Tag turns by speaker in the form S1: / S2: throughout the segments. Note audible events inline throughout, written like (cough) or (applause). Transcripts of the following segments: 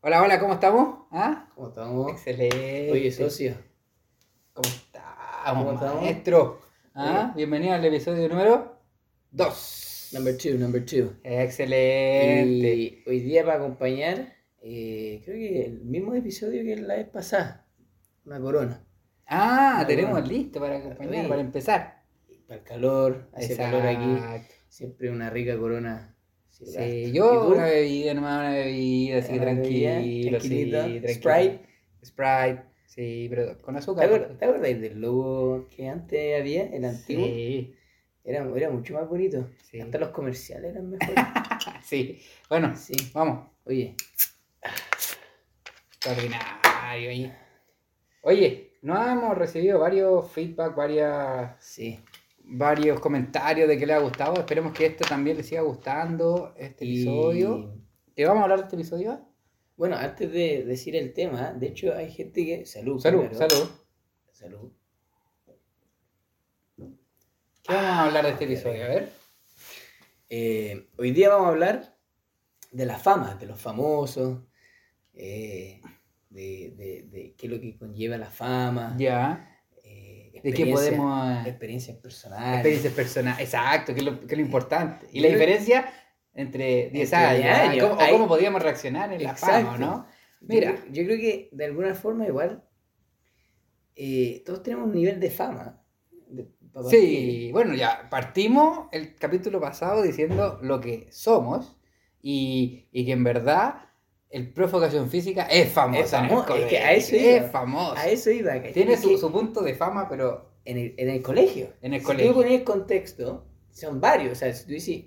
S1: Hola, hola, ¿cómo estamos? ¿Ah?
S2: ¿Cómo estamos?
S1: Excelente.
S2: Oye, socio.
S1: ¿Cómo
S2: ¿Cómo
S1: estamos,
S2: estamos?
S1: maestro? ¿Ah? Bienvenido al episodio número 2.
S2: Number two, number two.
S1: Excelente.
S2: Y hoy día para acompañar, eh, creo que el mismo episodio que la vez pasada. Una corona.
S1: Ah,
S2: Ah,
S1: tenemos
S2: bueno.
S1: listo para acompañar,
S2: Oye.
S1: para empezar.
S2: Para el calor, hace calor aquí.
S1: Exacto.
S2: Siempre una rica corona.
S1: Sí,
S2: ¿Y
S1: yo
S2: tú?
S1: una bebida, nomás una bebida, así
S2: Una
S1: tranquilo,
S2: bebida,
S1: sí,
S2: tranquilita.
S1: tranquilo.
S2: Sprite.
S1: Sprite, sí, pero con
S2: ¿Te
S1: azúcar.
S2: acuer- te acordáis del logo que antes había, el antiguo?
S1: Sí,
S2: Era, era mucho más bonito.
S1: sí,
S2: Hasta los comerciales eran
S1: (laughs)
S2: mejores.
S1: Ah, sí. Bueno,
S2: sí.
S1: vamos,
S2: Oye,
S1: extraordinario. oye. Oye, nos hemos recibido varios feedback, varias,
S2: sí.
S1: varios comentarios de que les ha gustado. Esperemos que esto también les siga gustando, este
S2: Y-
S1: episodio. ¿Te vamos a hablar de este episodio?
S2: Bueno, antes de decir el tema, de hecho hay gente que... Salud.
S1: Salud,
S2: primero.
S1: salud.
S2: Salud.
S1: ¿Qué vamos a hablar de este
S2: qué
S1: episodio? A ver.
S2: Eh, hoy día vamos a hablar de la fama, de los famosos, eh, de, de- de qué es lo que conlleva la fama,
S1: Ya.
S2: eh,
S1: ¿De qué
S2: experiencias-
S1: podemos...? eh,
S2: Experiencias personales.
S1: Experiencias personales, exacto, que es lo, que es lo importante. Y
S2: Yo
S1: la
S2: creo-
S1: diferencia entre 10
S2: Entre
S1: años,
S2: 10
S1: ¿ah?
S2: años,
S1: ¿Cómo, o
S2: ahí-
S1: cómo podíamos reaccionar en la fama,
S2: Exacto.
S1: ¿no?
S2: Yo
S1: Mira.
S2: creo- Yo, creo que de alguna forma igual eh, todos tenemos un nivel de fama. de- pa' partir.
S1: Sí, bueno, ya partimos el capítulo pasado diciendo lo que somos y, y que en verdad el profe de educación física es famoso.
S2: Es famo-
S1: en el
S2: es que
S1: colegio,
S2: a eso iba.
S1: es famoso.
S2: A eso iba. ¿cachai?
S1: Tiene su,
S2: Que
S1: su punto de fama, pero
S2: en, el, en el colegio.
S1: en el
S2: si
S1: colegio.
S2: tú pones contexto, son varios. O sea, si tú dices,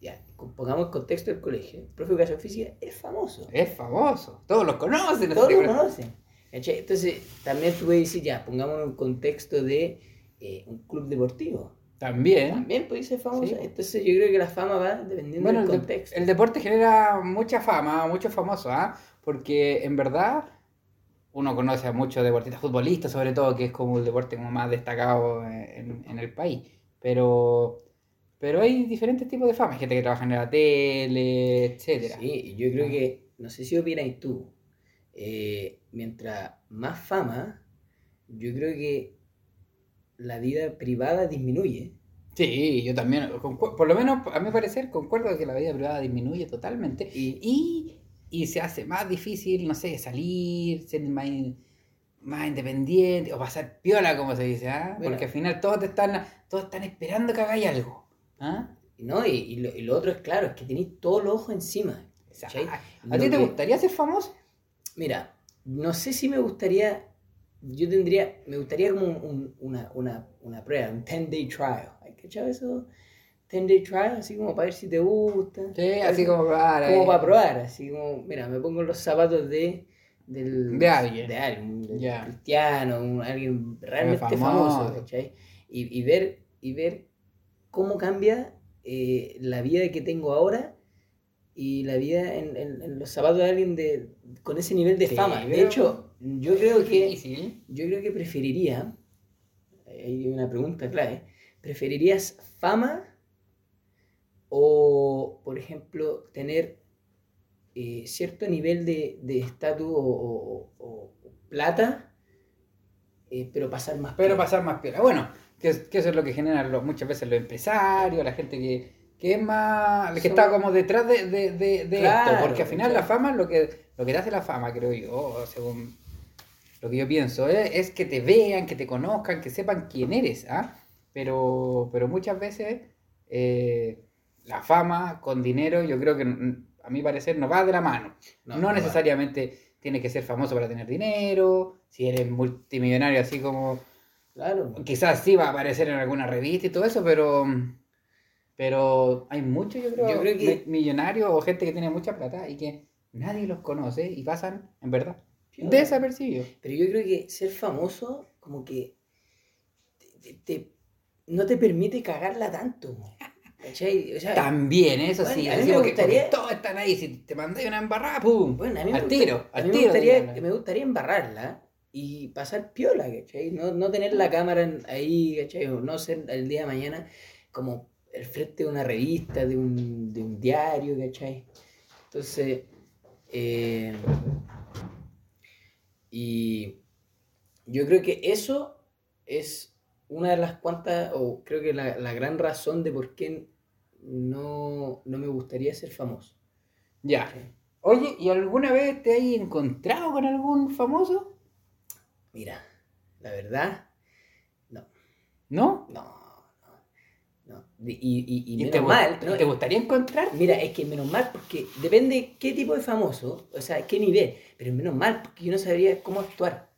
S2: ya, pongamos en contexto el colegio, el profe de educación física es famoso.
S1: es famoso. Todos los conocen.
S2: Todos lo
S1: etcétera.
S2: conocen. ¿cachai? Entonces, también tú puedes decir, ya, pongámonos en contexto de eh, un club deportivo.
S1: También.
S2: También puede ser famoso.
S1: Sí.
S2: Entonces, yo creo que la fama va dependiendo
S1: Bueno, el,
S2: del
S1: de-
S2: contexto.
S1: el deporte genera mucha fama, muchos famosos, ¿ah? Porque en verdad uno conoce a muchos deportistas, futbolistas sobre todo, que es como el deporte como más destacado eh, en, en el país. Pero, pero hay diferentes tipos de fama, gente que trabaja en la tele, etcétera.
S2: Sí, y yo creo
S1: Ah.
S2: que, no sé si opináis tú, eh, mientras más fama, yo creo que la vida privada disminuye.
S1: Sí, yo también, concu- por lo menos a mi parecer, concuerdo que la vida privada disminuye totalmente.
S2: Y,
S1: y, y se hace más difícil, no sé, salir, ser más, in- más independiente o pasar piola, como se dice, ¿ah?
S2: Bueno.
S1: porque al final todos te están, todos están esperando que hagáis algo. ¿ah?
S2: ¿no? y, y lo, y lo otro es claro, es que tenéis todo el ojo encima.
S1: Exacto.
S2: ¿cachai?
S1: ¿A ti te
S2: Lo que-
S1: gustaría ser famoso?
S2: Mira, no sé si me gustaría, yo tendría, me gustaría como un- un- una, una, una prueba, un 10-day trial. ¿Has cachado eso? 10-day trial, así como para ver si te gusta.
S1: Sí,
S2: para ver
S1: así
S2: si-
S1: como "Ah, para,
S2: como para probar, así como, mira, me pongo los zapatos de del,
S1: De alguien.
S2: de alguien, de
S1: Ya.
S2: cristiano, un- alguien realmente
S1: famoso.
S2: famoso, ¿cachai? Y, y ver y ver cómo cambia eh, la vida que tengo ahora y la vida en, en- en los zapatos de alguien de, con ese nivel de
S1: Sí,
S2: fama. De
S1: pero-
S2: hecho, yo creo que
S1: Difícil.
S2: yo creo que preferiría, hay una pregunta clave, ¿preferirías fama o, por ejemplo, tener eh, cierto nivel de de estatus o, o- o- o plata, eh, pero pasar más
S1: Pero
S2: piola?
S1: pasar más piola. Bueno, que, es- que eso es lo que generan los- muchas veces los empresarios, la gente que, que es más. que
S2: Son-
S1: está como detrás de, de, de- de
S2: Claro,
S1: esto. Porque al final la
S2: claro.
S1: fama, es lo que, lo que te hace la fama, creo yo, según lo que yo pienso, ¿eh? es que te vean, que te conozcan, que sepan quién eres. ¿ah? Pero, pero muchas veces eh, la fama con dinero, yo creo que mm, a mi parecer no va de la mano. No,
S2: va.
S1: necesariamente tienes que ser famoso para tener dinero, si eres multimillonario así como
S2: Claro. pues,
S1: quizás sí va a aparecer en alguna revista y todo eso, pero pero hay muchos, yo creo,
S2: Yo creo que-
S1: mi- millonarios o gente que tiene mucha plata y que nadie los conoce y pasan, en verdad,
S2: Piola.
S1: desapercibidos.
S2: Pero yo creo que ser famoso como que te- te- te- no te permite cagarla tanto. ¿cachai? O sea,
S1: También, eso sí,
S2: Eh, Bueno, a mí
S1: así
S2: me
S1: porque,
S2: gustaría-
S1: porque todos están ahí, si te mandáis una embarrada, ¡pum!
S2: Bueno, a mí me
S1: al
S2: gusta-
S1: tiro,
S2: A
S1: al
S2: mí me
S1: tiro.
S2: gustaría,
S1: digamos.
S2: me gustaría embarrarla y pasar piola, ¿cachai? No, no tener
S1: Mm.
S2: la cámara en- ahí, ¿cachai? O no ser el día de mañana como el frente de una revista, de un, de un diario, ¿cachai? Entonces, eh, Yo creo que eso es una de las cuantas, o creo que la, la gran razón de por qué no, no me gustaría ser famoso.
S1: Ya. Oye, ¿y alguna vez te has encontrado con algún famoso?
S2: Mira, la verdad,
S1: ¿No?
S2: no, no, no. Y, y- y
S1: ¿Y
S2: menos
S1: te, gu-
S2: mal,
S1: y
S2: ¿no?
S1: te gustaría encontrar?
S2: Mira, es que menos mal, porque depende qué tipo de famoso, o sea, qué nivel, pero menos mal, porque yo no sabría cómo actuar.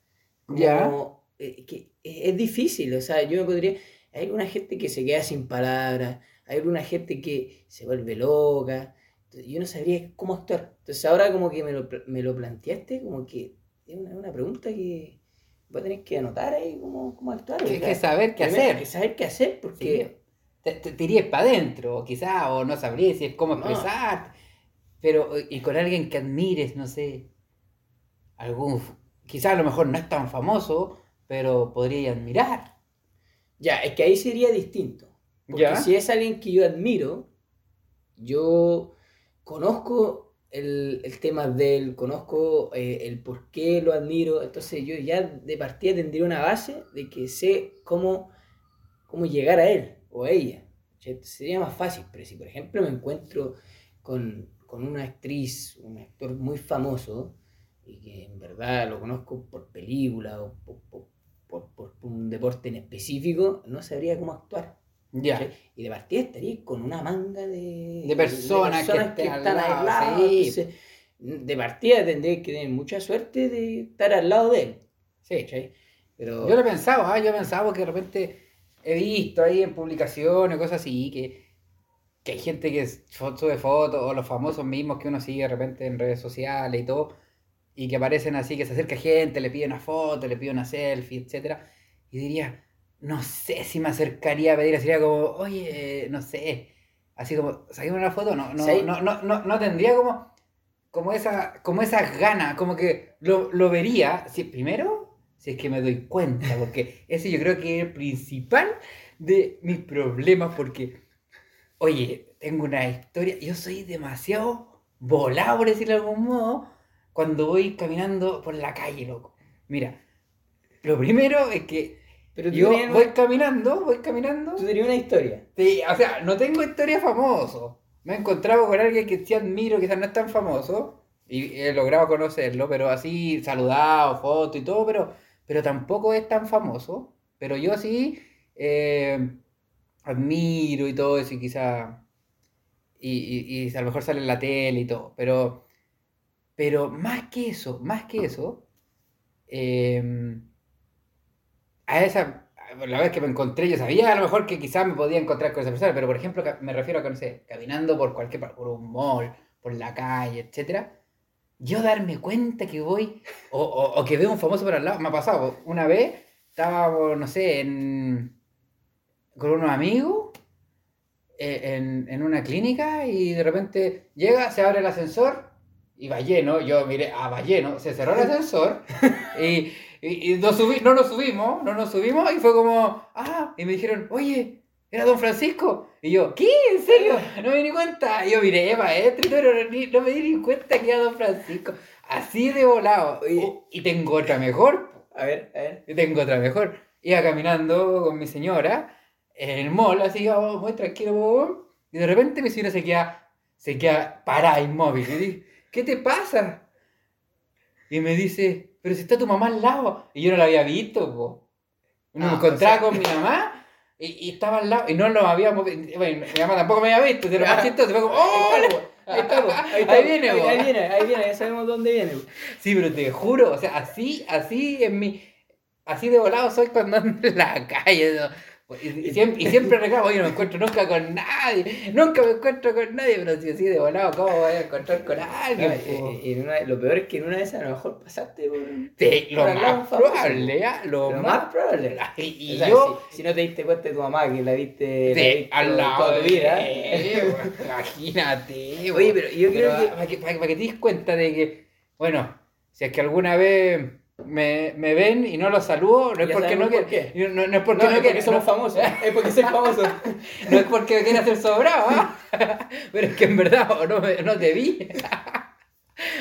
S2: Como-
S1: Ya.
S2: eh, que es, es difícil, o sea, yo me podría. Hay alguna gente que se queda sin palabras, hay alguna gente que se vuelve loca, entonces yo no sabría cómo actuar. Entonces ahora, como que me lo, pla- me lo planteaste, como que es una, una pregunta que voy a tener que anotar ahí cómo, cómo actuar.
S1: Que,
S2: ¿verdad?
S1: que saber qué
S2: Primero,
S1: hacer.
S2: que saber qué hacer, porque.
S1: que te, te, te irías para adentro, o quizás, o no sabrías si es cómo
S2: No.
S1: expresar. Pero, eh, y con alguien que admires, no sé, algún, f- quizás a lo mejor no es tan famoso, pero podría admirar.
S2: Ya, es que ahí sería distinto. Porque
S1: Ya.
S2: si es alguien que yo admiro, yo conozco el, el tema de él, conozco eh, el por qué lo admiro, entonces yo ya de partida tendría una base de que sé cómo, cómo llegar a él o a ella. ¿cachai? Sería más fácil, pero si por ejemplo me encuentro con, con una actriz, un actor muy famoso, y que en verdad lo conozco por película o por, por- por- por un deporte en específico, no sabría cómo actuar.
S1: Ya.
S2: ¿cachai? Y de partida estaría con una manga de,
S1: De personas que
S2: personas que,
S1: estén al
S2: están
S1: lado,
S2: al lado.
S1: sí.
S2: entonces, de partida tendría que tener mucha suerte de estar al lado de él.
S1: Sí.
S2: ¿cachai? Pero,
S1: Yo lo pensaba, ¿ah? yo pensaba que de repente he visto ahí en publicaciones, cosas así, que, que hay gente que s- fo- sube fotos, o los famosos mismos que uno sigue de repente en redes sociales y todo, y que aparecen así, que se acerca gente, le pide una foto, le pide una selfie, etcétera, y diría, no sé si me acercaría a pedir, sería como, oye, eh, no sé, así como, ¿saquemos una foto? No, no,
S2: Sí.
S1: no, no, no, no tendría como, como esa, como esas ganas, como que lo, lo vería, si, primero si es que me doy cuenta, porque ese yo creo que es el principal de mis problemas, porque, oye, tengo una historia, yo soy demasiado volado, por decirlo de algún modo, cuando voy caminando por la calle, loco. Mira, lo primero es que
S2: pero tú,
S1: yo
S2: tenías una-
S1: voy caminando, voy caminando.
S2: tú tenías una historia.
S1: Sí, o sea, no tengo historia famoso. Me he encontrado con alguien que sí admiro, quizás no es tan famoso, y he logrado conocerlo, pero así, saludado, foto y todo, pero, pero tampoco es tan famoso. Pero yo sí eh, admiro y todo eso, y quizá. Y, y- y a lo mejor sale en la tele y todo, pero. Pero más que eso, más que eso, eh, a esa, a la vez que me encontré, yo sabía a lo mejor que quizás me podía encontrar con esa persona, pero por ejemplo, ca- me refiero a que, no sé, caminando por cualquier, par- por un mall, por la calle, etcétera, yo darme cuenta que voy, o, o- o que veo un famoso por al lado, me ha pasado, una vez estaba, no sé, en- con unos amigos, eh, en, en una clínica, y de repente llega, se abre el ascensor, y va lleno, yo miré, ah, va lleno, se cerró el ascensor, y... Y, y nos subi- no nos subimos, no nos subimos y fue como, ah, y me dijeron, oye, era Don Francisco. Y yo, ¿qué? ¿En serio? No me di ni cuenta. Y yo miré, maestro, y todo, no, ni- no me di ni cuenta que era Don Francisco. Así de volado. Y,
S2: Oye.
S1: y tengo otra mejor,
S2: A ver, a ver.
S1: y (laughs) tengo otra mejor. Iba caminando con mi señora en el mall, así, oh, muy tranquilo, bobo. y de repente mi señora se queda, se queda parada, inmóvil. Y dije, ¿qué te pasa? Y me dice, pero si está tu mamá al lado. Y yo no la había visto, po. Nos
S2: Ah, o
S1: encontraba
S2: sea-
S1: con mi mamá y, y estaba al lado. Y no lo habíamos visto. Bueno, mi mamá tampoco me había visto. Se lo más
S2: Claro.
S1: chistoso. Fue como, ¡oh!
S2: Ahí está, Ahí,
S1: (laughs)
S2: está, pues, ahí, está,
S1: Ahí
S2: pues,
S1: viene,
S2: ahí,
S1: vos.
S2: ahí viene, ahí viene, ya sabemos dónde
S1: (laughs)
S2: viene. pues.
S1: Sí, pero te juro, o sea, así, así en mi. Así de volado soy cuando ando en la calle. ¿no? Y, y siempre, y siempre reclamo, yo no me encuentro nunca con nadie, nunca me encuentro con nadie, pero si así de volado, ¿cómo voy a encontrar con
S2: No,
S1: alguien?
S2: eh,
S1: po?
S2: eh, en una- lo peor es que en una de esas a lo mejor pasaste por
S1: Sí, lo
S2: por al lado
S1: más
S2: famoso.
S1: probable, ¿ya? Lo,
S2: Lo
S1: más
S2: más probable.
S1: probable. Y,
S2: O
S1: y
S2: sea,
S1: yo,
S2: si, si no te diste cuenta de tu mamá que la viste, la
S1: sí,
S2: viste
S1: al lado
S2: toda tu
S1: de
S2: vida.
S1: él, imagínate.
S2: Oye, pero yo creo que-
S1: Para que, pa' que- pa' que te des cuenta de que, bueno, si es que alguna vez me, me ven y no los saludo, no es
S2: Ya
S1: porque no
S2: sabemos
S1: quiera.
S2: por
S1: No, no es porque
S2: no,
S1: no,
S2: es
S1: quiera,
S2: porque somos
S1: no-
S2: famosos. (laughs) Es porque soy famoso.
S1: no es (laughs) porque quiera ser sobrado, ¿ah? pero es que en verdad o no, me- no te vi. (laughs)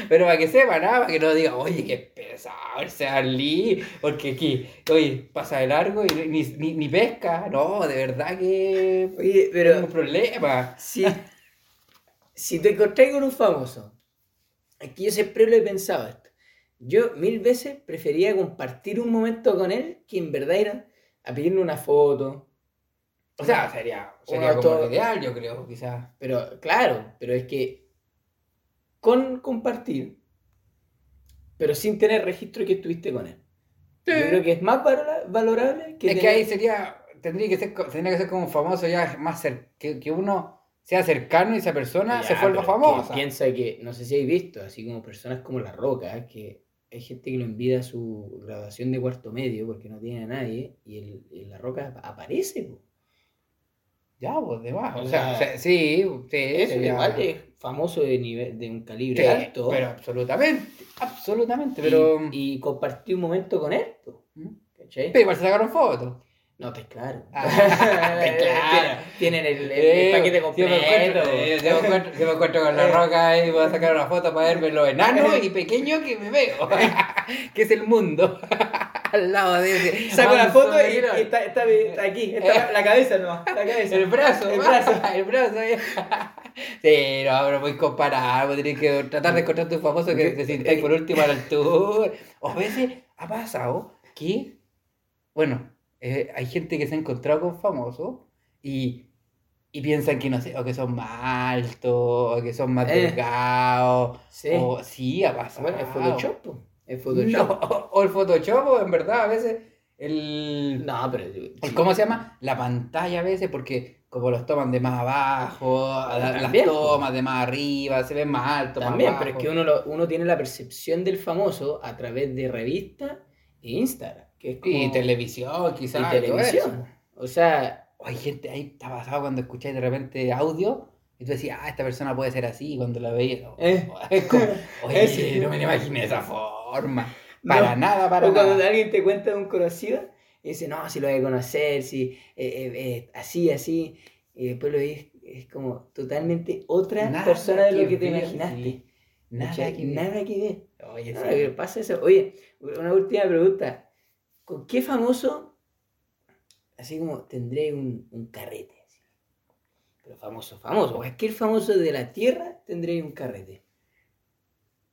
S1: Pero para que sepan, nada, para que no digan, oye, qué pesado ese Ali, porque aquí, oye, pasa de largo y ni, ni, ni pesca. No, de verdad que
S2: Oye,
S1: tengo
S2: pero
S1: un problema.
S2: si, si te encontrás con un famoso, aquí yo siempre lo he pensado esto. Yo mil veces prefería compartir un momento con él que en verdad ir a, a pedirle una foto.
S1: O sea, sería, sería
S2: Bueno,
S1: como lo
S2: todo-
S1: ideal, yo creo, quizás.
S2: Pero claro, pero es que con compartir, pero sin tener registro que estuviste con él. Yo creo que es más valora- valorable que
S1: es que
S2: tener-
S1: ahí sería, tendría que ser, co- tendría que ser como un famoso ya más cer- que, que uno sea cercano y esa persona
S2: Ya,
S1: se vuelva
S2: pero que
S1: famosa.
S2: Piensa que, no sé si habéis visto, así como personas como La Roca, ¿eh? que hay gente que lo envía a su graduación de cuarto medio porque no tiene a nadie y el, el La Roca ap- aparece. po.
S1: Ya, pues, de más. O
S2: O
S1: sea,
S2: sea,
S1: se- sí, sí,
S2: Eso
S1: sería-
S2: igual es famoso de, nivel, de un calibre
S1: sí,
S2: alto
S1: Pero absolutamente, absolutamente,
S2: y,
S1: pero...
S2: y compartí un momento con él. po.
S1: ¿Mm?
S2: ¿Cachai?
S1: Pero igual se sacaron fotos.
S2: No, te claro.
S1: Ah,
S2: (laughs)
S1: te claro.
S2: Tienen el, el- el
S1: Eh,
S2: paquete
S1: yo me encuentro-
S2: completo.
S1: eh, Yo me encuentro- yo me encuentro con la roca y voy a sacar una foto para verme lo enano y pequeño que me
S2: (laughs)
S1: veo, que es el mundo. (laughs) Al lado de ese.
S2: Saco la
S1: manso
S2: foto y,
S1: mirón.
S2: y está, está- está aquí. Está la cabeza nomás. La cabeza.
S1: El brazo,
S2: Eh. El (laughs) brazo.
S1: el brazo. eh. Sí, no, pero muy comparado, vos tenés que tratar de encontrarte un famoso que te
S2: eh,
S1: sintáis por último a la altura. O a veces ha pasado que, bueno, eh, hay gente que se ha encontrado con famosos y, y piensan que no sé, o que son más altos, o que son más
S2: Eh.
S1: delgados,
S2: Sí.
S1: o sí, ha pasado.
S2: Bueno, es Photoshop, po. Es
S1: No, (laughs)
S2: Photoshop.
S1: o el Photoshop, o en verdad, a veces el...
S2: No, pero.
S1: El- ¿Cómo se llama? La pantalla a veces, porque como los toman de más abajo, a la- las
S2: También, pues.
S1: tomas de más arriba, se ven más altos, más
S2: También,
S1: bajos.
S2: pero es que uno, lo- uno tiene la percepción del famoso a través de revistas e Instagram. Que es como,
S1: Y televisión,
S2: y
S1: quizás. y todo
S2: televisión. O sea,
S1: eso. O Hay gente, ahí está pasado cuando escucháis de repente audio y tú decías, ah, esta persona puede ser así, y cuando la veías, oh,
S2: Eh.
S1: (laughs) es
S2: (laughs)
S1: como, oye,
S2: Ese.
S1: no me la imaginé de esa forma.
S2: No.
S1: Para nada, para
S2: o cuando
S1: nada.
S2: alguien te cuenta de un conocido y dice, no, si lo voy a conocer, si eh, eh, eh, así, así. Y después lo ves, es como totalmente otra
S1: Nada
S2: persona de lo
S1: que
S2: que, te
S1: ver,
S2: imaginaste.
S1: sí. Nada
S2: ¿cachai?
S1: que ver.
S2: Nada que ver.
S1: Oye,
S2: No,
S1: sí.
S2: pero pasa eso. Oye, una última pregunta. ¿Con qué famoso, así como tendré un, un carrete? así? Pero famoso, famoso. Cualquier famoso de la tierra tendré un carrete.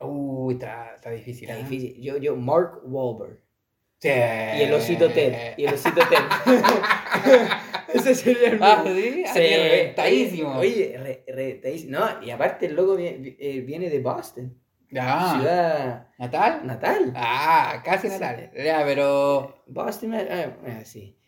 S1: Uy, está, está difícil.
S2: Está
S1: ¿eh?
S2: difícil. Yo, yo, Mark Wahlberg.
S1: Sí.
S2: Y el
S1: Eh.
S2: osito Ted. Y el osito
S1: (laughs)
S2: Ted. Ese sería el
S1: Ah,
S2: mío.
S1: sí,
S2: Sí,
S1: así reventadísimo.
S2: Oye, re- reventadísimo. No, y aparte el loco viene, eh, viene de Boston,
S1: Ah,
S2: ciudad
S1: ¿Natal?
S2: natal.
S1: Ah, casi Natal. Ya, pero.
S2: Boston, eh, eh, sí.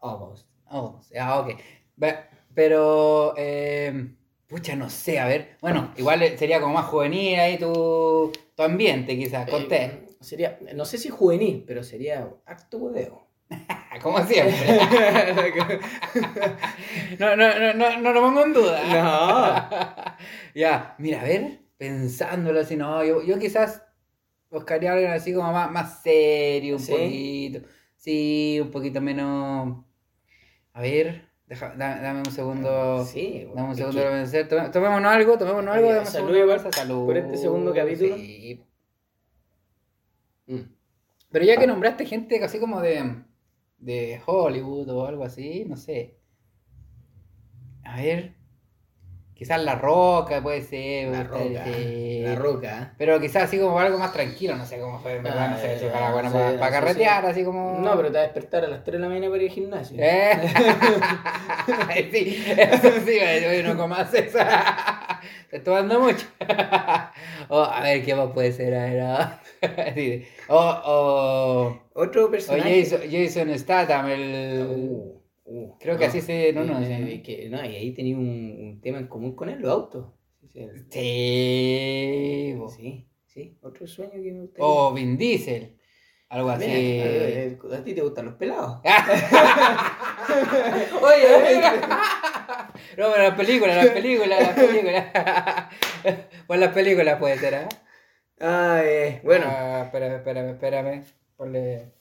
S2: Almost.
S1: Oh, ah, ok. Ve- Pero. eh, pucha, no sé, a ver. Bueno, igual eh, sería como más juvenil ahí tu, tu ambiente, quizás, con té.
S2: Eh, sería, no sé si juvenil, pero sería acto hueveo.
S1: Ah, Como siempre. (laughs) No, no, no, no, no lo pongo en duda.
S2: (laughs) no.
S1: (laughs) Ya, mira, a ver, pensándolo así, no, yo, yo quizás buscaría algo así como más, más serio, un
S2: ¿Sí?
S1: poquito. Sí, un poquito menos. A ver, deja- da- dame un segundo.
S2: Ah, Sí, bueno,
S1: Dame un
S2: es
S1: segundo
S2: que-
S1: para pensar. Tome- Tomémonos algo, tomémonos algo.
S2: Oye,
S1: dame un
S2: salud
S1: segundo
S2: igual
S1: para pensar.
S2: por este segundo capítulo.
S1: Sí.
S2: Mm.
S1: Pero ya que nombraste gente así como de, de Hollywood o algo así, no sé. A ver. Quizás La Roca puede ser.
S2: La
S1: puede
S2: roca.
S1: ser, sí.
S2: La roca.
S1: Pero quizás así como algo más tranquilo, no sé cómo fue, en verdad, no
S2: Ah,
S1: sé,
S2: eh,
S1: si para, bueno,
S2: sí,
S1: para,
S2: no
S1: para
S2: sé si-
S1: carretear, así como...
S2: No,
S1: (laughs)
S2: pero te vas a despertar a las 3 de la mañana para ir al gimnasio.
S1: ¿Eh? (laughs) sí, eso sí, oye, no comas eso. (laughs) Estás tomando mucho. (laughs) o, a ver, ¿qué más puede ser? A ver, ah. (laughs) Sí. Oh, O, o,
S2: Otro
S1: o
S2: personaje.
S1: Jason, Jason Statham, el...
S2: Uh, uh,
S1: Creo que así se... No, no,
S2: Eh,
S1: sí.
S2: eh, que- no, y ahí tenía un, un tema en común con él, los autos. Sí,
S1: Sí, bo.
S2: sí, Oh, sí, otro sueño que me gustaría.
S1: O Vin Diesel, algo así.
S2: Mira, eh, eh, a ti te gustan los (laughs) pelados.
S1: Oye,
S2: (laughs)
S1: oye.
S2: eh.
S1: No, pero las películas, las películas, las películas. (laughs) Pues las películas puede ser, ¿ah?
S2: Ah, eh, bueno.
S1: Ah, espérame, espérame, espérame. Ponle.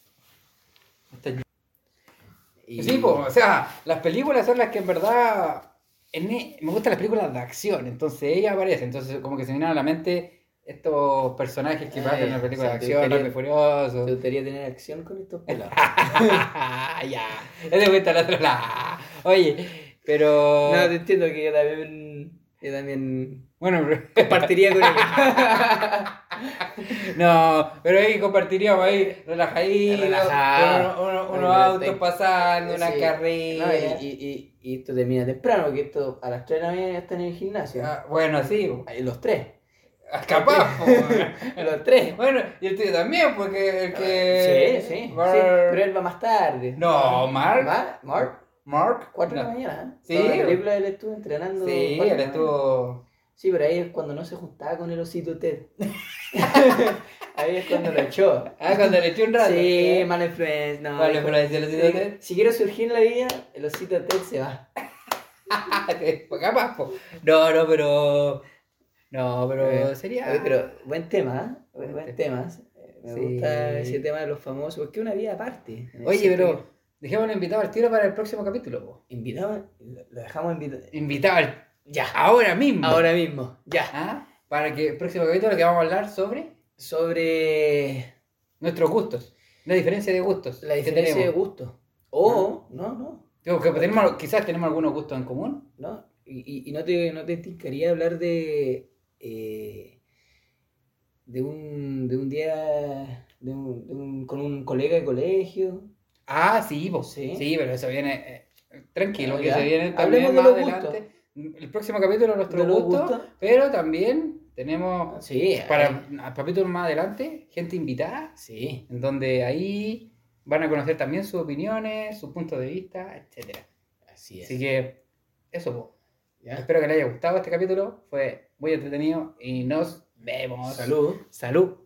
S2: y-
S1: Sí, po, o sea, las películas son las que en verdad. en e- me gustan las películas de acción, entonces ella aparece, entonces como que se me vienen a la mente estos personajes que
S2: Ah,
S1: pasan en
S2: ya.
S1: la película
S2: O sea,
S1: de
S2: te
S1: acción,
S2: gustaría-
S1: Rápido y Furioso.
S2: ¿Te gustaría tener acción con estos pelados?
S1: (laughs) ya, ese cuenta el otro lado. Oye, pero.
S2: (laughs) No, te entiendo que yo también, yo también
S1: Bueno, pero- (laughs)
S2: compartiría con ellos.
S1: no, pero ahí compartiríamos ahí relajadito,
S2: Relajado.
S1: uno- uno-
S2: Oye,
S1: unos
S2: pero
S1: autos
S2: ten-
S1: pasando, una
S2: Sí.
S1: carrera.
S2: No,
S1: (laughs)
S2: y, y, y, y esto termina temprano, que esto a las 3 de la mañana ya están en el gimnasio.
S1: Ah, bueno, sí, po.
S2: Ahí Los tres.
S1: capaz. po.
S2: (laughs) Los tres.
S1: bueno, y el tuyo también, porque el que.
S2: Ah, Sí, sí, sí.
S1: Mar-
S2: Pero él va más tarde.
S1: No, Mark.
S2: ¿Va? Mark,
S1: Mark.
S2: 4 de
S1: No.
S2: la mañana. ¿eh?
S1: Sí.
S2: Toda La película él estuvo entrenando.
S1: Sí,
S2: cuatro de
S1: él
S2: la mañana.
S1: estuvo.
S2: Sí, pero ahí es cuando no se juntaba con el
S1: (laughs)
S2: osito Ted. (laughs) ahí es cuando lo echó.
S1: Ah, cuando le eché un rato.
S2: Sí,
S1: (laughs)
S2: mala influencia. No,
S1: Mala
S2: dijo,
S1: influencia, el osito
S2: "Si-
S1: Ted".
S2: Si quiero surgir en la vida, el osito Ted se va.
S1: Pues capaz, po. No, no, pero. No, pero
S2: Eh,
S1: sería.
S2: Oye, pero buen tema, ¿eh? Buen, buen tema. Eh, Me
S1: Sí.
S2: gusta ese tema de los famosos, porque es una vida aparte.
S1: Oye, pero. Dejémoslo invitado al tiro para el próximo capítulo, po.
S2: Invitado, lo lo dejamos invitado.
S1: Invitado al-
S2: Ya.
S1: ahora mismo.
S2: Ahora mismo, ya.
S1: ¿Ah? Para que el próximo capítulo que vamos a hablar sobre
S2: Sobre
S1: nuestros gustos. La diferencia de gustos.
S2: la
S1: que
S2: diferencia de
S1: tenemos. Ah.
S2: gusto. O, no, no,
S1: Digo, que tenemos- Quizás tenemos algunos gustos en común.
S2: no. Y, y- y no te, no te tincaría hablar de. eh, de un. de un día. De un, de un- con un colega de colegio.
S1: Ah, sí, po.
S2: Sí.
S1: Sí, pero eso viene. eh, tranquilo,
S2: Ah,
S1: que
S2: ya.
S1: se viene
S2: Hablemos
S1: también
S2: de
S1: más
S2: los gustos.
S1: adelante. Mm, El próximo capítulo, nuestros
S2: ¿De los
S1: gustos.
S2: gustos?
S1: Pero también tenemos.
S2: Sí, eh,
S1: Para a capítulos más adelante, gente invitada,
S2: Sí.
S1: en donde ahí van a conocer también sus opiniones, sus puntos de vista, etc.
S2: Así es.
S1: Así que eso, po.
S2: Ya.
S1: espero que les haya gustado este capítulo, fue muy entretenido y nos vemos.
S2: Salud.
S1: Salud.